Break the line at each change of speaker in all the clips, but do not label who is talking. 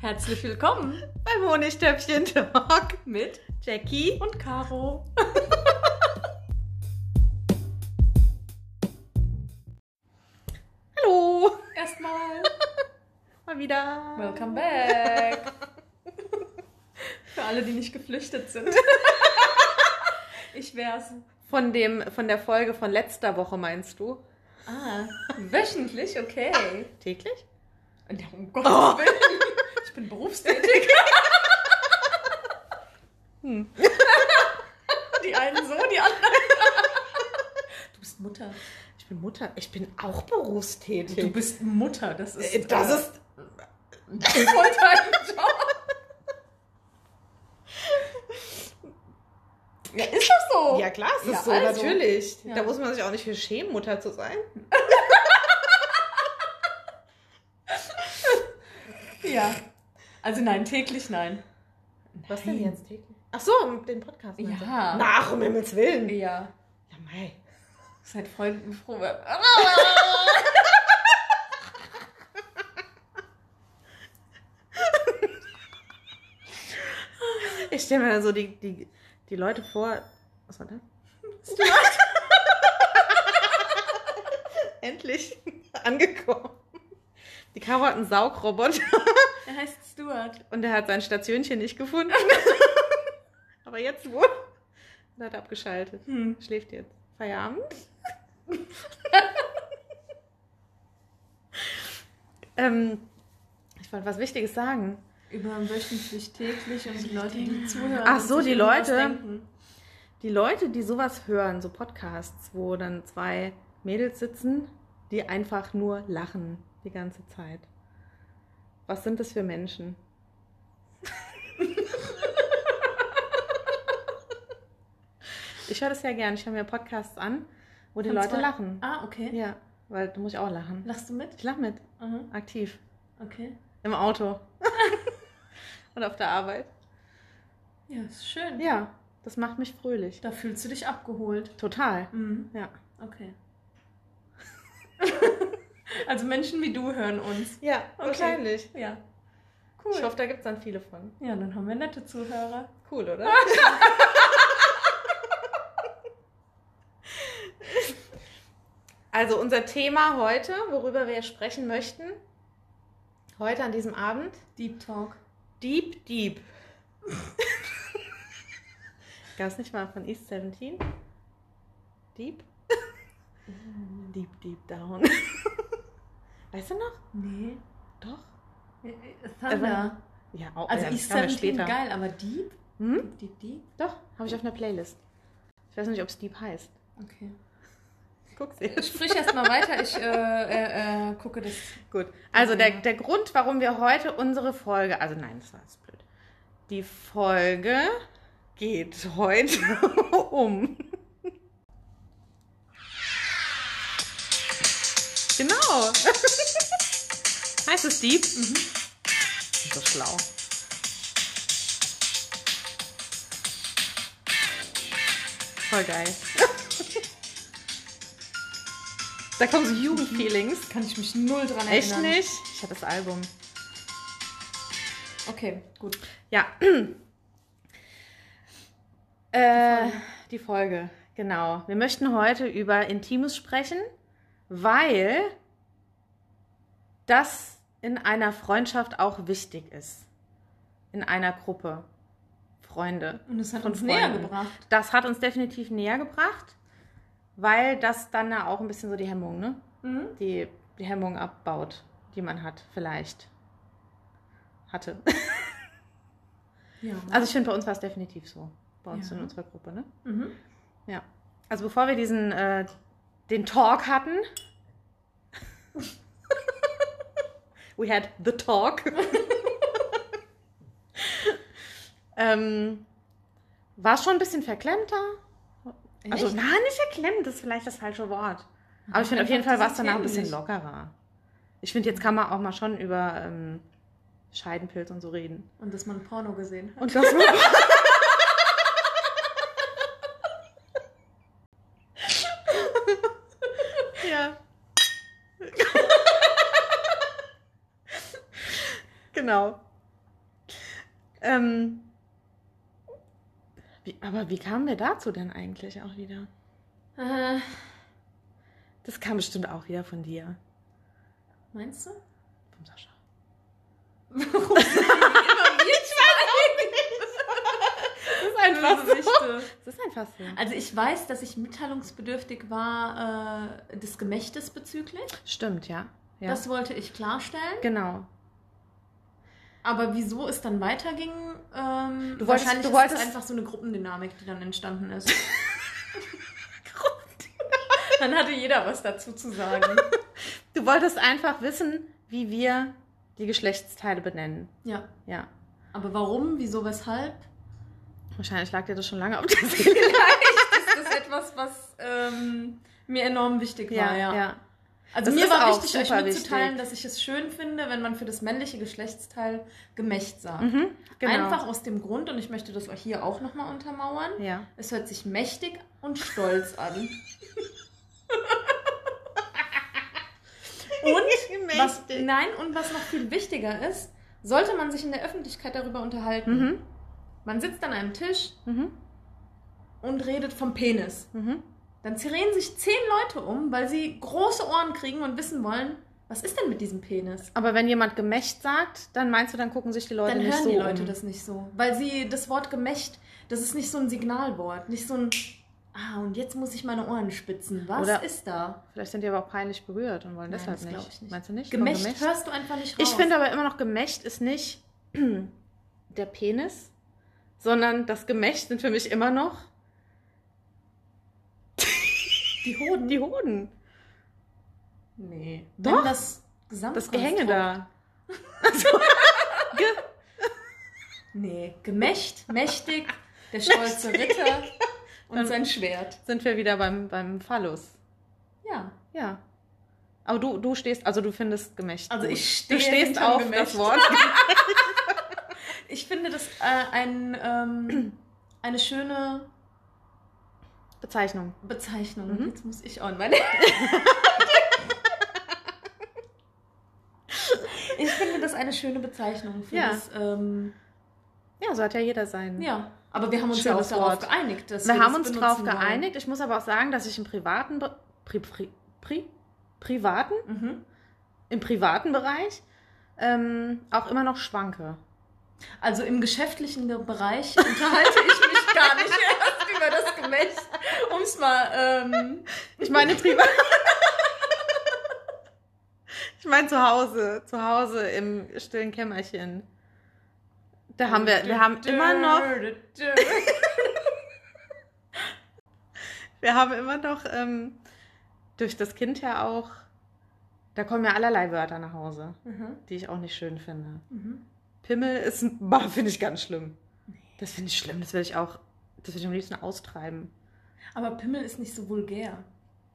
Herzlich willkommen
beim Honigtöpfchen Talk
mit
Jackie.
und Caro.
Hallo,
Erstmal
mal wieder.
welcome back. Für alle, die nicht geflüchtet sind. Ich wär's.
Von dem von der Folge von letzter Woche meinst du?
Ah, wöchentlich, okay.
Täglich?
Und ja, um Gottes
Oh.
Willen. Ich bin berufstätig.
Hm.
Die einen so, die anderen. Du bist Mutter.
Ich bin Mutter. Ich bin auch berufstätig.
Du bist Mutter, das
Äh,
ist.
das ist
ein Volltime-Job. Ja, ist das so?
ja klar, es ist
Ja,
so
also.
natürlich.
Ja.
Da muss man sich auch nicht für schämen, Mutter zu sein.
Ja. Also nein, täglich nein.
Was
Nein.
denn jetzt täglich? Ach so, den Podcast. meinst du?
Ja.
Na, ach, um Himmels Willen.
Ja.
Ja, mei.
Seid Freunden froh.
Ich stelle mir dann so die, die, die Leute vor. Was war das? Endlich angekommen. Die Caro hat einen Saugroboter
Er heißt Stuart.
und der hat sein Stationchen nicht gefunden. Aber jetzt wohl. Und hat abgeschaltet.
Hm.
Schläft jetzt. Feierabend. ähm, ich wollte was Wichtiges sagen.
Über wöchentlich, täglich und die Leute, die zuhören.
Ach
und
so,
sich
die
irgendwas
Leute.
denken.
Die Leute, die sowas hören, so Podcasts, wo dann zwei Mädels sitzen, die einfach nur lachen die ganze Zeit. Was sind das für Menschen? ich höre das ja gern. Ich höre mir Podcasts an, wo die
Von
Leute
zwei-
lachen.
Ah, okay.
Ja, weil da muss ich auch lachen.
Lachst du mit?
Ich lache mit,
Aha,
aktiv,
okay.
im Auto und auf der Arbeit.
Ja, ist schön.
Ja, das macht mich fröhlich.
Da fühlst du dich abgeholt.
Total.
Mhm.
Ja.
Okay. also Menschen wie du hören uns.
Ja,
Okay.
wahrscheinlich.
Ja. Cool.
Ich hoffe, da gibt es dann viele von.
ja, dann haben wir nette Zuhörer.
Cool, oder? also unser Thema heute, worüber wir sprechen möchten, heute an diesem Abend,
Deep Talk.
Deep Deep. Gab es nicht mal von East 17? Deep? Deep Deep Down. weißt du noch?
Nee. Äh,
Doch.
Thunder.
Also, Ja, auch.
Also
ja, das
East
kam ja
17
später.
geil, aber Deep?
Hm?
Deep, Deep, Deep?
Doch, habe ich auf einer Playlist. Ich weiß nicht, ob es Deep heißt.
Okay.
Guck
Sprich erstmal weiter, ich äh, äh, äh, gucke das.
Gut. Also der, der Grund, warum wir heute unsere Folge, also nein, das war jetzt blöd. Die Folge geht heute um. Genau. heißt es Deep? Mhm. So schlau. Voll geil. da kommen so Jugendfeelings.
Kann ich mich null dran
Echt
erinnern.
nicht? Ich hatte das Album.
Okay, gut.
Ja. Äh, die Folge, genau. Wir möchten heute über Intimes sprechen, weil das in einer Freundschaft auch wichtig ist. In einer Gruppe. Freunde.
Und es hat
Von
uns näher
Freunden.
gebracht.
Das hat uns definitiv näher gebracht, weil das dann ja auch ein bisschen so die Hemmung, ne?
Mhm.
die, die Hemmung abbaut, die man hat, vielleicht. Hatte.
Ja.
Also ich finde, bei uns war es definitiv so. Bei uns
Ja.
in unserer Gruppe, ne?
mhm.
Ja. Also bevor wir diesen, äh, den Talk hatten. We had the talk. ähm, war schon ein bisschen verklemmter. Also,
Echt?
na, nicht verklemmt, das ist vielleicht das falsche Wort. Aber ich finde,
Einfach
auf jeden Fall war es
diese
danach ein
Themen
bisschen
nicht.
lockerer. Ich finde, jetzt kann man auch mal schon über ähm, Scheidenpilz und so reden.
Und dass man Porno gesehen hat.
Und das Ja. genau. Ähm, wie, aber wie kamen wir dazu denn eigentlich auch wieder?
Äh,
Das kam bestimmt auch wieder von dir.
meinst du?
Vom Sascha.
Warum sind die immer wir
Das ist
zwei Bösewichte?
Das ist einfach so.
Also ich weiß, dass ich mitteilungsbedürftig war äh, des Gemächtes bezüglich.
Stimmt, ja. ja.
Das wollte ich klarstellen.
genau.
Aber wieso es dann weiterging, ähm,
Du wolltest-
wahrscheinlich
du
ist
wolltest-
es einfach so eine Gruppendynamik, die dann entstanden ist. dann hatte jeder was dazu zu sagen.
Du wolltest einfach wissen, wie wir die Geschlechtsteile benennen.
Ja,
Ja.
aber warum, wieso, weshalb?
Wahrscheinlich lag dir das schon lange auf der Seele.
Das ist etwas, was ähm, mir enorm wichtig war. Ja.
ja.
Also
Das
mir
ist
war
auch
wichtig, euch
super
mitzuteilen,
wichtig.
dass ich es schön finde, wenn man für das männliche Geschlechtsteil gemächt sagt.
Mhm, genau.
Einfach aus dem Grund, und ich möchte das euch hier auch nochmal untermauern,
Ja.
es hört sich mächtig und stolz an.
Und
Was, nein, und was noch viel wichtiger ist, sollte man sich in der Öffentlichkeit darüber unterhalten.
Mhm.
Man sitzt an einem Tisch
Mhm.
und redet vom Penis.
Mhm.
Dann drehen sich zehn Leute um, weil sie große Ohren kriegen und wissen wollen, was ist denn mit diesem Penis?
Aber wenn jemand gemächt sagt, dann meinst du, dann gucken sich die Leute
Dann
nicht
hören
so
die Leute
um.
das nicht so. Weil sie das Wort gemächt, das ist nicht so ein Signalwort, nicht so ein, ah, und jetzt muss ich meine Ohren spitzen. Was
Oder-
ist da?
Vielleicht sind die aber auch peinlich berührt und wollen
Nein,
deshalb
das glaub
nicht.
ich nicht.
Meinst du nicht? Nur
Gemächt, hörst du einfach nicht raus.
Ich finde aber immer noch, gemächt ist nicht der Penis, sondern das Gemächt sind für mich immer noch
die Hoden.
die Hoden.
Nee.
Doch.
Wenn das Gesamt
Das Gehänge da.
Nee, gemächt, mächtig, der stolze Ritter und
Dann-
sein Schwert.
Sind wir wieder beim, beim Phallus.
Ja.
Ja. Aber du, du stehst, also du findest gemächt.
Also
gut.
ich stehe
Du stehst
hinterm
auf
Gemächt.
das Wort.
Ich finde das äh, ein, ähm, eine schöne
Bezeichnung.
Bezeichnung.
Mhm.
Jetzt muss ich auch in meine. ich finde das eine schöne Bezeichnung für
Ja.
das. Ähm,
Ja, so hat ja jeder seinen.
ja. Aber wir haben uns ja auch
Schönes
darauf
Wort.
geeinigt, dass
Wir
wir
haben
das
uns drauf
benutzen wollen.
geeinigt. Ich muss aber auch sagen, dass ich im privaten, Be- pri, pri, pri, privaten,
Mhm.
im privaten Bereich ähm, auch immer noch schwanke.
Also im geschäftlichen Bereich unterhalte ich mich gar nicht erst über das Gemächt, um es mal. Ähm,
Ich meine privat. ich meine zu Hause, zu Hause im stillen Kämmerchen. Da haben wir, wir haben immer noch, wir haben immer noch ähm, durch das Kind ja auch, da kommen ja allerlei Wörter nach Hause,
Mhm.
die ich auch nicht schön finde.
Mhm.
Pimmel ist, ein- bah, finde ich ganz schlimm. Das finde ich schlimm, das will ich auch, das will ich am liebsten austreiben.
Aber Pimmel ist nicht so vulgär.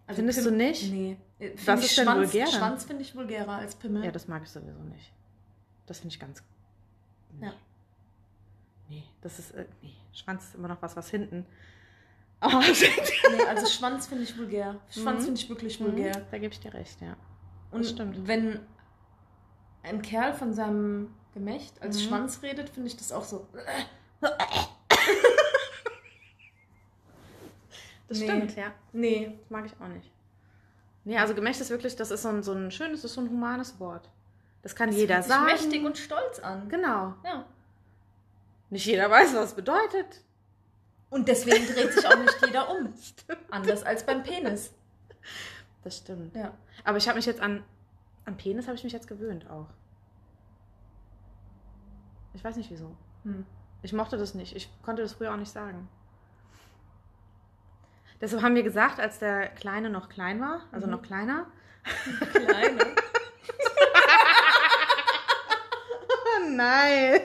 Also
Findest du nicht?
Nee. Äh, find
Was
ich
ist denn
Schwanz,
vulgär dann?
Schwanz finde ich vulgärer als Pimmel.
Ja, das mag ich sowieso nicht. Das finde ich ganz. Nee.
Ja.
Nee, das ist. äh, Nee, Schwanz ist immer noch was, was hinten. Oh, stimmt.
nee, also Schwanz finde ich vulgär. Schwanz
Mhm.
finde ich wirklich vulgär.
da gebe ich dir recht, ja.
Und
stimmt.
wenn ein Kerl von seinem Gemächt als
Mhm.
Schwanz redet, finde ich das auch so.
Das
Nee.
stimmt, ja.
Nee.
Das mag ich auch nicht. Nee, also Gemächt ist wirklich, das ist so ein, so ein schönes, das ist so ein humanes Wort. Das kann
Das
jeder
fühlt sich
sagen.
mächtig und stolz an.
genau.
Ja.
Nicht jeder weiß, was es bedeutet.
Und deswegen dreht sich auch nicht jeder um. Anders als beim Penis.
Das stimmt.
Ja.
Aber ich habe mich jetzt an. An Penis habe ich mich jetzt gewöhnt auch. Ich weiß nicht wieso.
Hm.
Ich mochte das nicht. Ich konnte das früher auch nicht sagen. Deshalb haben wir gesagt, als der Kleine noch klein war, also
Mhm.
noch kleiner.
Kleine.
Oh nein!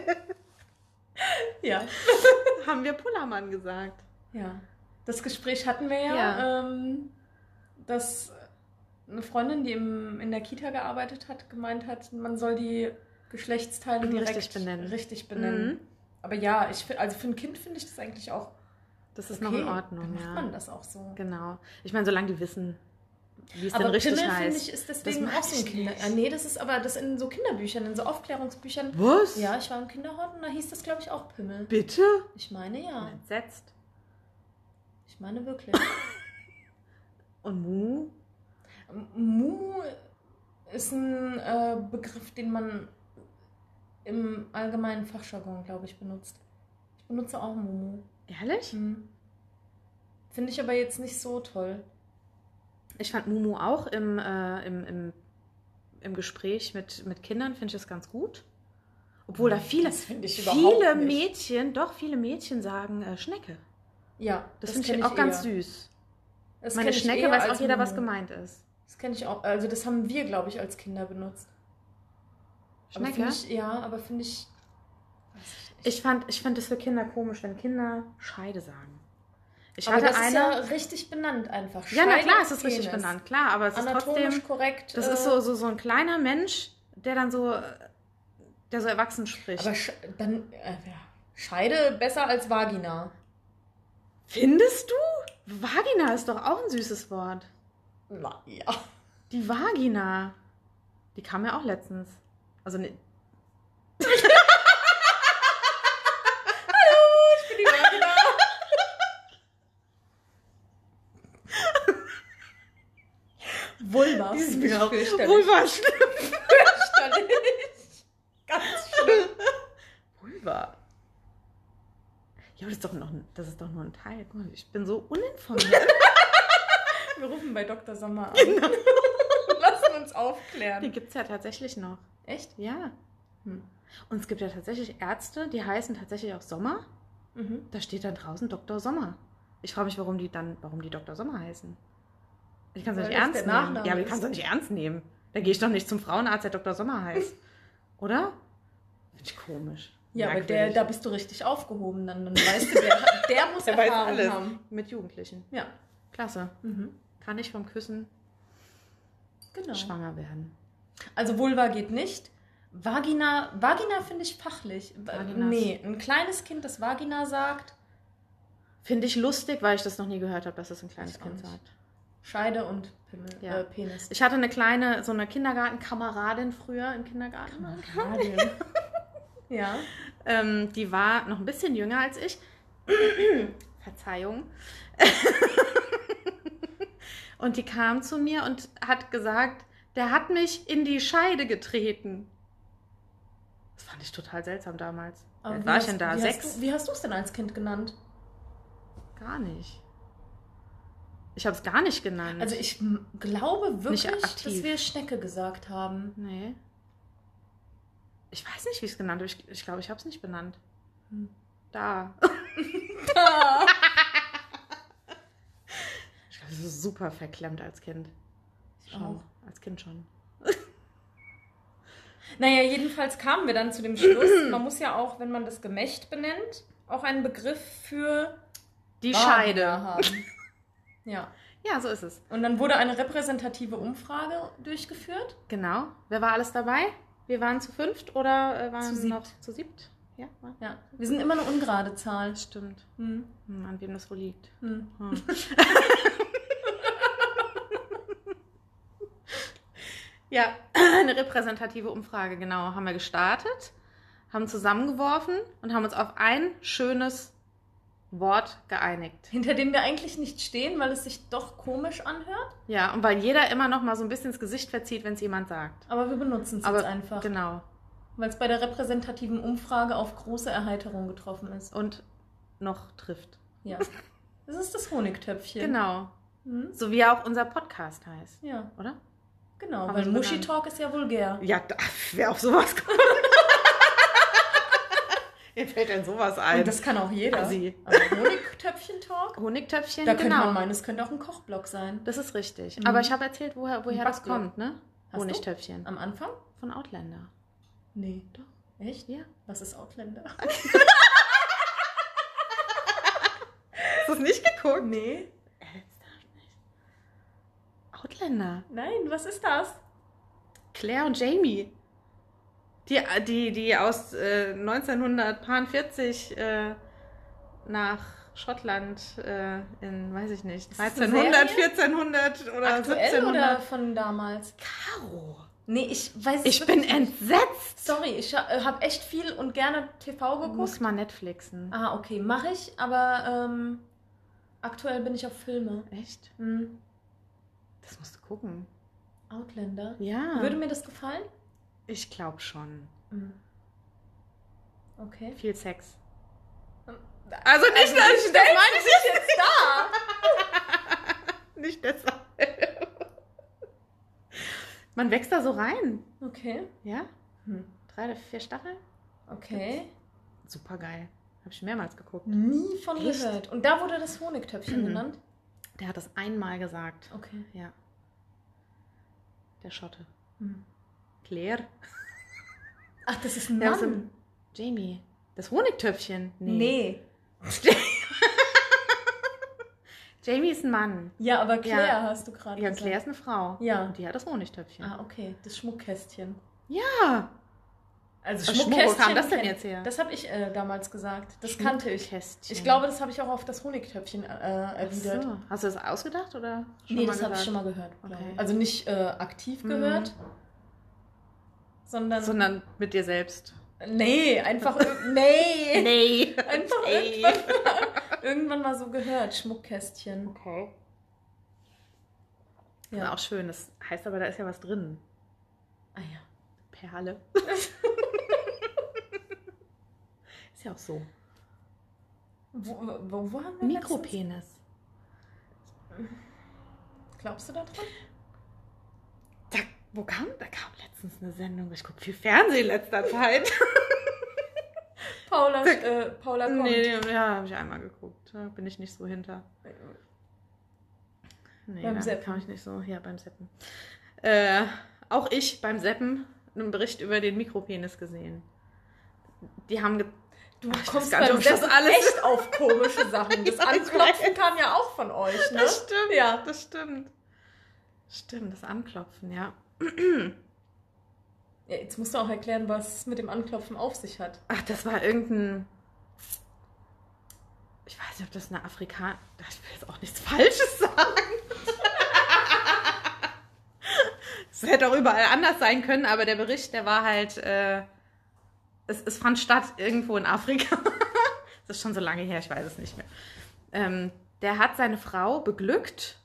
Ja.
haben wir Pullermann gesagt.
Ja. Das Gespräch hatten wir ja,
Ja.
Ähm, dass eine Freundin, die im, in der Kita gearbeitet hat, gemeint hat, man soll die Geschlechtsteile
Richtig
direkt
benennen.
richtig benennen.
Mhm.
Aber ja, ich fi- also für ein Kind finde ich das eigentlich auch
Das ist
okay.
noch in Ordnung,
Dann macht
ja.
man das auch so.
Genau. Ich meine, solange die wissen, wie es
aber
denn richtig
Pimmel, finde
heißt.
ich, ist deswegen
mag
auch so ein
ich
Kinder...
nicht.
Ah, nee, das ist aber das in so Kinderbüchern, in so Aufklärungsbüchern.
Was?
Ja, ich war im Kinderhort und da hieß das, glaube ich, auch Pimmel.
Bitte?
Ich meine ja.
Entsetzt.
Ich meine wirklich.
Und Mumu?
M- Mumu ist ein äh, Begriff, den man im allgemeinen Fachjargon, glaube ich, benutzt. Ich benutze auch Mumu.
Ehrlich?
Hm. Finde ich aber jetzt nicht so toll.
Ich fand Mumu auch im, äh, im, im, im Gespräch mit, mit Kindern, finde ich das ganz gut. Obwohl
Mhm.
da viele,
Das finde ich überhaupt
viele
nicht.
Mädchen, doch viele Mädchen sagen äh, Schnecke.
Ja,
Das,
kenn
finde ich auch ganz
eher.
süß.
Das
Meine
kenn ich
Schnecke
eher
weiß auch
als
jeder, was
Mumu.
gemeint ist.
Das kenne ich auch. Also das haben wir, glaube ich, als Kinder benutzt. Aber
Schnecke?
finde Ich, ja, aber finde ich. weiß ich nicht.
Ich fand, ich fand das für Kinder komisch, wenn Kinder Scheide sagen. Ich
aber
hatte
das
eine.
ist ja richtig benannt einfach.
Ja, na
Scheide
klar,
und
es ist richtig
Penis.
benannt, klar, aber es ist
Anatomisch
trotzdem,
korrekt.
das
äh,
ist so, so, so ein kleiner Mensch, der dann so, äh, der so erwachsen spricht.
Aber sch dann äh, ja. Scheide besser als Vagina.
Findest du? Vagina ist doch auch ein süßes Wort.
Na, ja.
Die Vagina, die kam ja auch letztens. Also ne,
Die Vagina. Vulva.
dieses
finde ich
Jahr-
fürchterlich.
Vulva. schlimm.
Fürchterlich. Ganz schlimm.
Vulva. Ja, aber das ist doch noch, ein- das ist doch nur ein Teil. Guck mal, ich bin so uninformiert.
Wir rufen bei Dr. Sommer an. Genau. Lassen uns aufklären.
die gibt's ja tatsächlich noch.
Echt?
Ja.
Hm.
Und es gibt ja tatsächlich Ärzte, die heißen tatsächlich auch Sommer.
Mhm.
Da steht dann draußen Dr. Sommer. Ich frage mich, warum die dann, warum die Dr. Sommer heißen. Ich kann es
Weil
nicht
das
ernst
der
nehmen.
Nachname
Ja, aber ich
ist.
kann es doch nicht ernst nehmen. Da gehe ich doch nicht zum Frauenarzt, der Dr. Sommer heißt. Oder? Finde ich komisch.
Ja, aber der,
Merkwürdig.
da bist du richtig aufgehoben. Dann, dann weißt du, der, der muss
Der weiß
Erfahrung
alles.
haben.
Mit Jugendlichen.
Ja.
Klasse.
Mhm.
Kann ich vom Küssen
Genau.
schwanger werden.
Also Vulva geht nicht. Vagina, Vagina finde ich fachlich. Wa-
Vaginas.
Nee, ein kleines Kind, das Vagina sagt,
Finde ich lustig, weil ich das noch nie gehört habe, dass das ein kleines
Ich auch
Kind
nicht.
sagt.
Scheide und Pimmel,
Ja.
äh, Penis.
Ich hatte eine kleine, so eine Kindergartenkameradin früher im Kindergarten.
Kameradin. ja.
Ähm, die war noch ein bisschen jünger als ich. Verzeihung. und die kam zu mir und hat gesagt, der hat mich in die Scheide getreten. Das fand ich total seltsam damals.
Aber
Wie alt
wie
war ich
hast-
denn da?
Wie
Sechs?
Hast du, wie hast du es denn als Kind genannt?
Gar nicht. Ich habe es gar nicht genannt.
Also ich m- glaube wirklich,
Nicht aktiv.
dass wir Schnecke gesagt haben.
Nee. Ich weiß nicht, wie ich es genannt habe. Ich glaube, ich, glaub, ich habe es nicht benannt.
Hm.
Da. Ich glaube, das ist super verklemmt als Kind.
Ich
Schon.
auch.
Als Kind schon.
Naja, jedenfalls kamen wir dann zu dem Schluss. Man muss ja auch, wenn man das Gemächt benennt, auch einen Begriff für
Die
Vagina
Scheide.
haben. ja.
Ja, so ist es.
Und dann wurde eine repräsentative Umfrage durchgeführt.
Genau. Wer war alles dabei? Wir waren zu fünft oder äh, waren
Zu siebt.
noch zu siebt? Ja, war-
Ja. Wir sind immer eine ungerade Zahl.
das stimmt.
Hm.
Hm, an wem das wohl liegt.
Hm.
Hm. ja, eine repräsentative Umfrage, genau. Haben wir gestartet, haben zusammengeworfen und haben uns auf ein schönes Wort geeinigt.
Hinter dem wir eigentlich nicht stehen, weil es sich doch komisch anhört.
Ja, und weil jeder immer noch mal so ein bisschen ins Gesicht verzieht, wenn es jemand sagt.
Aber wir benutzen es
Aber
jetzt einfach.
Genau.
Weil es bei der repräsentativen Umfrage auf große Erheiterung getroffen ist.
Und noch trifft.
Ja. Das ist das Honigtöpfchen.
Genau.
Hm?
So wie ja auch unser Podcast heißt,
Ja,
oder?
genau.
Haben
weil
wir so
Muschi Talk ist ja vulgär.
Ja, da, wer auf sowas kommt. Jetzt fällt denn sowas ein.
Und das kann auch jeder.
Assi.
Aber Honigtöpfchen-Talk?
Honigtöpfchen,
Da könnte
genau.
man meinen, es könnte auch ein Kochblock sein.
Das ist richtig.
Mhm.
Aber ich habe erzählt, woher, woher
Ein
das
Backblog.
kommt, ne?
Hast du? Ah.
Honigtöpfchen.
Am Anfang?
Von Outlander.
Nee, doch. Echt?
Ja.
Was ist Outlander?
Hast du es nicht geguckt?
Nee.
Outlander.
Nein, was ist das?
Claire und Jamie. Die, die, die aus äh, 1940 äh, nach Schottland äh, in, weiß ich nicht,
das eine
1300,
Serie?
1400 oder
Aktuell
1700.
oder von damals?
Caro.
Nee, ich weiß es
Ich
wirklich
bin
nicht.
entsetzt.
Sorry, ich habe echt viel und gerne TV geguckt.
Muss mal Netflixen.
Ah, okay, mache ich, aber ähm, aktuell bin ich auf Filme.
Echt?
Hm.
Das musst du gucken.
Outlander.
Ja.
Würde mir das gefallen?
ich glaube schon.
Hm. Okay.
Viel Sex.
Ähm,
Also nicht,
Also
dass ich
das meine ich jetzt da.
Nicht deshalb. Man wächst da so rein.
Okay.
Ja?
Hm.
Drei oder vier Stacheln?
Okay.
Super geil. Habe ich mehrmals geguckt.
Nie von
Echt?
gehört. Und da wurde das Honigtöpfchen
Mhm.
genannt.
Der hat das einmal gesagt.
Okay.
Ja. Der Schotte.
Hm.
Claire.
Ach, das ist ein
Der
Mann.
aus dem- Jamie. Das Honigtöpfchen.
nee.
Jamie ist ein Mann.
Ja, aber Claire
Ja.
hast du gerade
Ja,
gesagt.
Claire ist eine Frau.
Ja.
Und die hat das Honigtöpfchen. Ah,
Ah, okay. Das Schmuckkästchen.
Ja.
Also
Aus Schmuck, wo kam das denn
kenn-
jetzt her?
Das habe ich äh, damals gesagt. Das kannte ich.
Kästchen.
Ich glaube, das habe ich auch auf das Honigtöpfchen äh, erwidert.
so. Hast du das ausgedacht oder
nee, das habe ich
gesagt?
schon mal gehört. glaub
Okay.
ich. Also nicht äh, aktiv
Mhm.
gehört, sondern,
Sondern mit dir selbst.
Nee, einfach. ir- nee.
Nee.
Einfach
Nee.
irgendwann, irgendwann mal so gehört. Schmuckkästchen.
Okay. Ja.
Ja.
auch schön. Das heißt aber, da ist ja was drin.
Ah ja.
Perle. ist ja auch so.
Wo, wo, wo haben wir letztens-
Mikropenis.
Glaubst du da dran?
Da, wo kam? Da kam letztens eine Sendung. Ich gucke viel Fernsehen in letzter Zeit.
Paula, äh, Paula kommt.
nee, nee, ja, habe ich einmal geguckt. Da bin ich nicht so hinter. Nee,
Beim
da
Seppen.
kam ich nicht so. Ja, beim Seppen. Äh, auch ich beim Seppen einen Bericht über den Mikropenis gesehen. Die haben ge
Du
Ach, ich weiß
kommst
gar nicht,
beim
ob ich das
Seppen
alles-
echt auf komische Sachen. Das
Ja, ich
Anklopfen kam ja auch von euch, ne?
Das stimmt,
Ja.
das stimmt. Stimmt, das Anklopfen, ja.
Ja, jetzt musst du auch erklären, was es mit dem Anklopfen auf sich hat.
Ach, das war irgendein. Ich weiß nicht, ob das eine Afrikaner. Ich will jetzt auch nichts Falsches sagen. Es hätte auch überall anders sein können, aber der Bericht, der war halt. Äh, es, es fand statt irgendwo in Afrika. das ist schon so lange her, ich weiß es nicht mehr. Ähm, der hat seine Frau beglückt,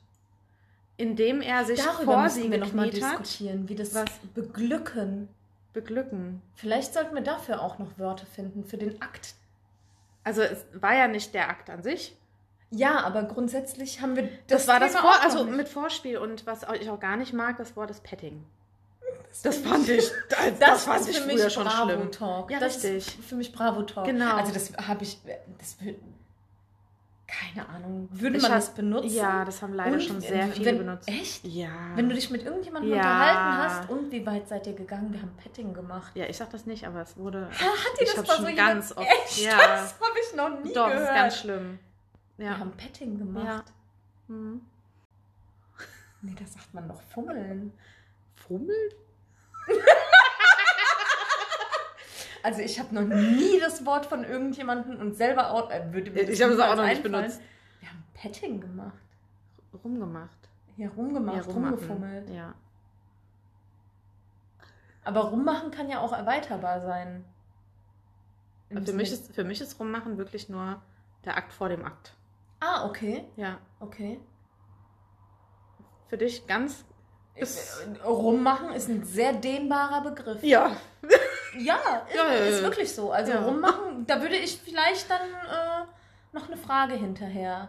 indem er sich vor sie
müssen wir noch mal
gekniet hat.
diskutieren, wie das
Was?
beglücken.
Beglücken.
Vielleicht sollten wir dafür auch noch Wörter finden, für den Akt.
Also es war ja nicht der Akt an sich.
Ja, aber grundsätzlich haben wir
Das, war das
Thema
Vor
auch
also
noch nicht.
mit Vorspiel und was auch- ich auch gar nicht mag, das Wort ist Petting. Das fand ich, das, fand ich früher schon schlimm.
Talk.
Ja,
das
richtig.
ist für mich Bravo Talk.
Genau.
Also das habe ich das wür- keine Ahnung, würde
Ich
man
hab-
das benutzen?
Ja, das haben leider
Und
schon sehr
wenn-
viele
wenn,
benutzt.
Echt?
Ja.
Wenn du dich mit irgendjemandem
Ja.
unterhalten hast und wie weit seid ihr gegangen? Wir haben Petting gemacht.
ja, ich sag das nicht, aber es wurde.
Hat dir
ich
das
hab
mal
schon
so
ganz
jemand,
oft.
Echt?
Ja,
Das habe ich noch nie
doch, das
gehört.
ist ganz schlimm.
Wir
Ja.
haben Petting gemacht.
Hm.
Nee, da sagt man doch Fummeln.
Fummel?
Also ich habe noch nie das Wort von irgendjemandem und selber auch... Äh, würde mir das
Ich habe es auch
niemals
noch nicht
einfallen.
benutzt.
Wir haben Petting gemacht.
Rumgemacht.
Ja, rumgemacht,
Ja, rummachen.
rumgefummelt.
Ja.
Aber rummachen kann ja auch erweiterbar sein. Im
Für Also mich,
Sinne-
ist, für mich ist Rummachen wirklich nur der Akt vor dem Akt.
Ah, okay,
Ja.
okay.
Für dich ganz. Ist-
Äh, Rummachen ist ein sehr dehnbarer Begriff.
Ja.
Ja, ist,
Ja, ja, ja.
ist wirklich so. Also
Ja.
rummachen, da würde ich vielleicht dann äh, noch eine Frage hinterher.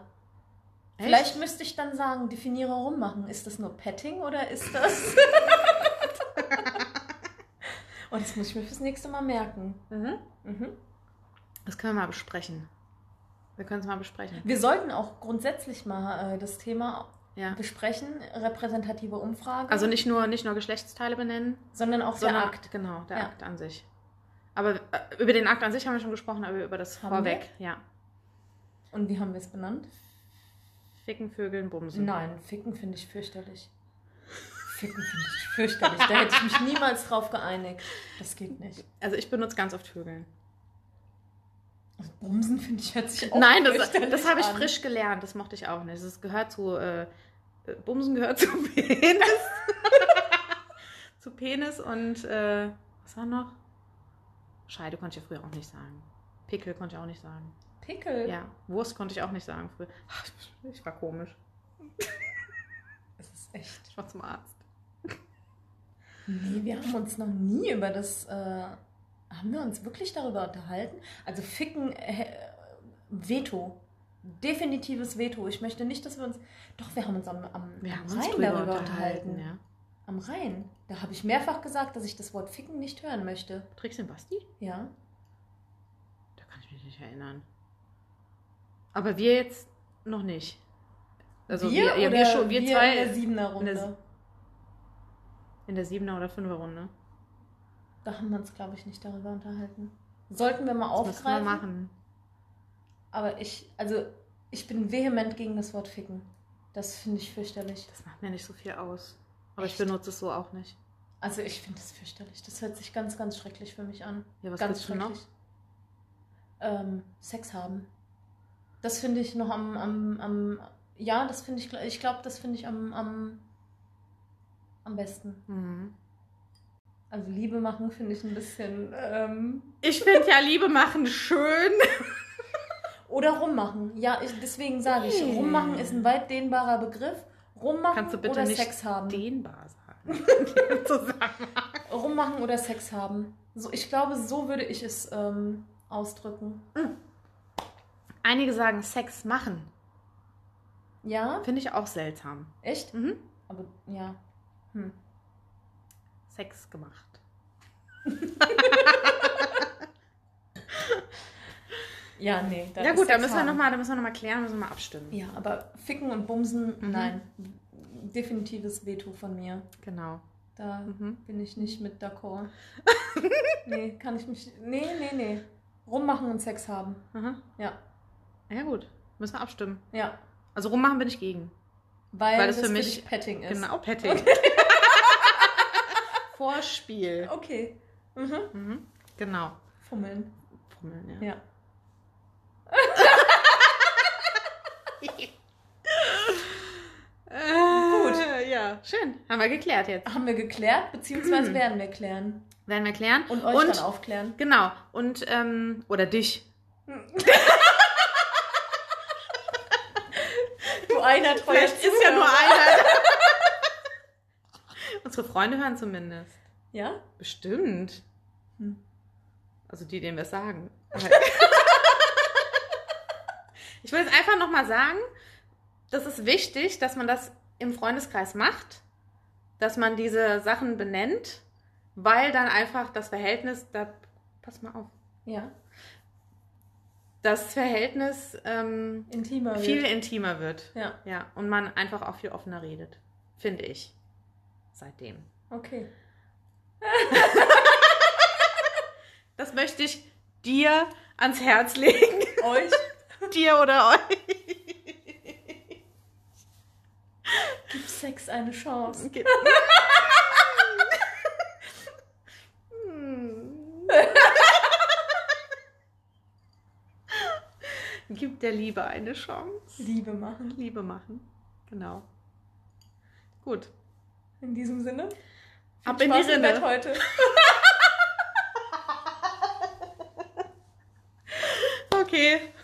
Echt?
Vielleicht müsste ich dann sagen, definiere rummachen. Ist das nur Petting oder ist das... Und Oh, das muss ich mir fürs nächste Mal merken.
Mhm.
Mhm.
Das können wir mal besprechen. Wir können es mal besprechen.
Wir sollten auch grundsätzlich mal äh, das Thema
Ja.
besprechen, repräsentative Umfrage,
Also nicht nur, nicht nur Geschlechtsteile benennen,
sondern auch
sondern
der Akt.
Genau, der
Ja.
Akt an sich. Aber äh, über den Akt an sich haben wir schon gesprochen, aber über das
Haben
Vorweg. Ja.
Und wie haben wir es benannt?
Ficken, Vögeln, Bumsen.
Nein, Ficken finde ich fürchterlich. Ficken finde ich fürchterlich. Da hätte ich mich niemals drauf geeinigt. Das geht nicht.
Also ich benutze ganz oft Vögeln.
Bumsen finde ich hört sich auch
Nein, das,
fürchterlich
das habe ich
an.
frisch gelernt. Das mochte ich auch nicht. Das gehört zu. Äh, äh, Bumsen gehört zu Penis. zu Penis und. Äh, was war noch? Scheide konnte ich ja früher auch nicht sagen. Pickel konnte ich auch nicht sagen.
Pickel.
Ja, Wurst konnte ich auch nicht sagen früher. Ich war komisch.
Das ist echt.
Ich war zum Arzt.
Nee, wir haben uns noch nie über das. Äh, haben wir uns wirklich darüber unterhalten? Also ficken äh, Veto. Definitives Veto. Ich möchte nicht, dass wir uns. Doch, wir haben uns am, am,
Wir
am
haben uns
Rhein
drüber
darüber
unterhalten.
unterhalten.
Ja.
Am Rhein. Da habe ich mehrfach gesagt, dass ich das Wort ficken nicht hören möchte.
Tricks den Basti?
Ja.
Da kann ich mich nicht erinnern. Aber wir jetzt noch nicht. Also wir, ja, wir, schon, wir, zwei
in der Siebener
in der
Runde.
in der Siebener oder Fünfer Runde.
Da haben wir uns, glaube ich, nicht darüber unterhalten. Sollten wir mal
Das müssen wir
aufgreifen.
machen.
Aber ich, also ich bin vehement gegen das Wort ficken. Das finde ich fürchterlich.
Das macht mir nicht so viel aus. Aber ich
Echt?
benutze es so auch nicht.
Also ich finde das fürchterlich. Das hört sich ganz, ganz schrecklich für mich an.
Ja, was
ganz
willst du noch?
Ähm, Sex haben. Das finde ich noch am, am, am ja, das finde ich, gl- ich glaube, das finde ich am, am, am besten.
Mhm.
Also Liebe machen finde ich ein bisschen, ähm,
Ich finde ja Liebe machen schön.
oder rummachen. Ja, ich, deswegen sage ich,
Hm.
rummachen ist ein weit dehnbarer Begriff. Rummachen
Kannst du bitte
oder
nicht
Sex haben.
Dehnbar sagen. Zusammen.
Rummachen oder Sex haben. So, ich glaube, so würde ich es ähm, ausdrücken.
Einige sagen Sex machen.
Ja,
Finde ich auch seltsam.
echt?
Mhm.
Aber ja. Hm.
Sex gemacht.
Ja, nee. da
ja
ist
gut, da
Sex
müssen wir
haben.
nochmal, da müssen wir nochmal klären, müssen wir mal abstimmen.
Ja, aber ficken und bumsen,
Mhm.
nein. Definitives Veto von mir.
Genau.
Da
Mhm.
bin ich nicht mit d'accord. nee, kann ich mich. Nee, nee, nee. Rummachen und Sex haben.
Aha.
Ja,
Mhm. Ja gut, müssen wir abstimmen.
ja.
Also rummachen bin ich gegen.
Weil,
Weil
das, für mich
mich-
Petting ist.
Genau, Petting. Vorspiel.
Okay. Mhm.
Mhm. Genau.
Fummeln.
Pummeln, ja.
Ja.
Gut.
Äh,
Ja, schön. Haben wir geklärt jetzt.
Haben wir geklärt, beziehungsweise
Mhm.
werden wir klären.
Werden wir klären.
Und euch
Und-
dann aufklären.
Genau. Und, ähm, oder dich.
Du einer treuer Zuhörer.
einer. Unsere Freunde hören zumindest.
Ja?
Bestimmt.
Hm.
Also die, denen wir es sagen. ich will jetzt einfach nochmal sagen, das ist wichtig, dass man das im Freundeskreis macht, dass man diese Sachen benennt, weil dann einfach das Verhältnis, da, pass mal auf,
Ja.
das Verhältnis ähm,
Intimer.
viel
wird.
intimer wird.
Ja,
Ja, und man einfach auch viel offener redet, finde ich. Seitdem.
okay.
Das möchte ich dir ans Herz legen.
euch
dir oder euch.
gibt Sex eine Chance.
Okay. Hm. Gib der Liebe eine Chance.
Liebe machen.
Liebe machen. Genau. Gut.
In diesem Sinne. viel
Ab in
Spaß
die
im
Rinne.
Bett heute.
Okay.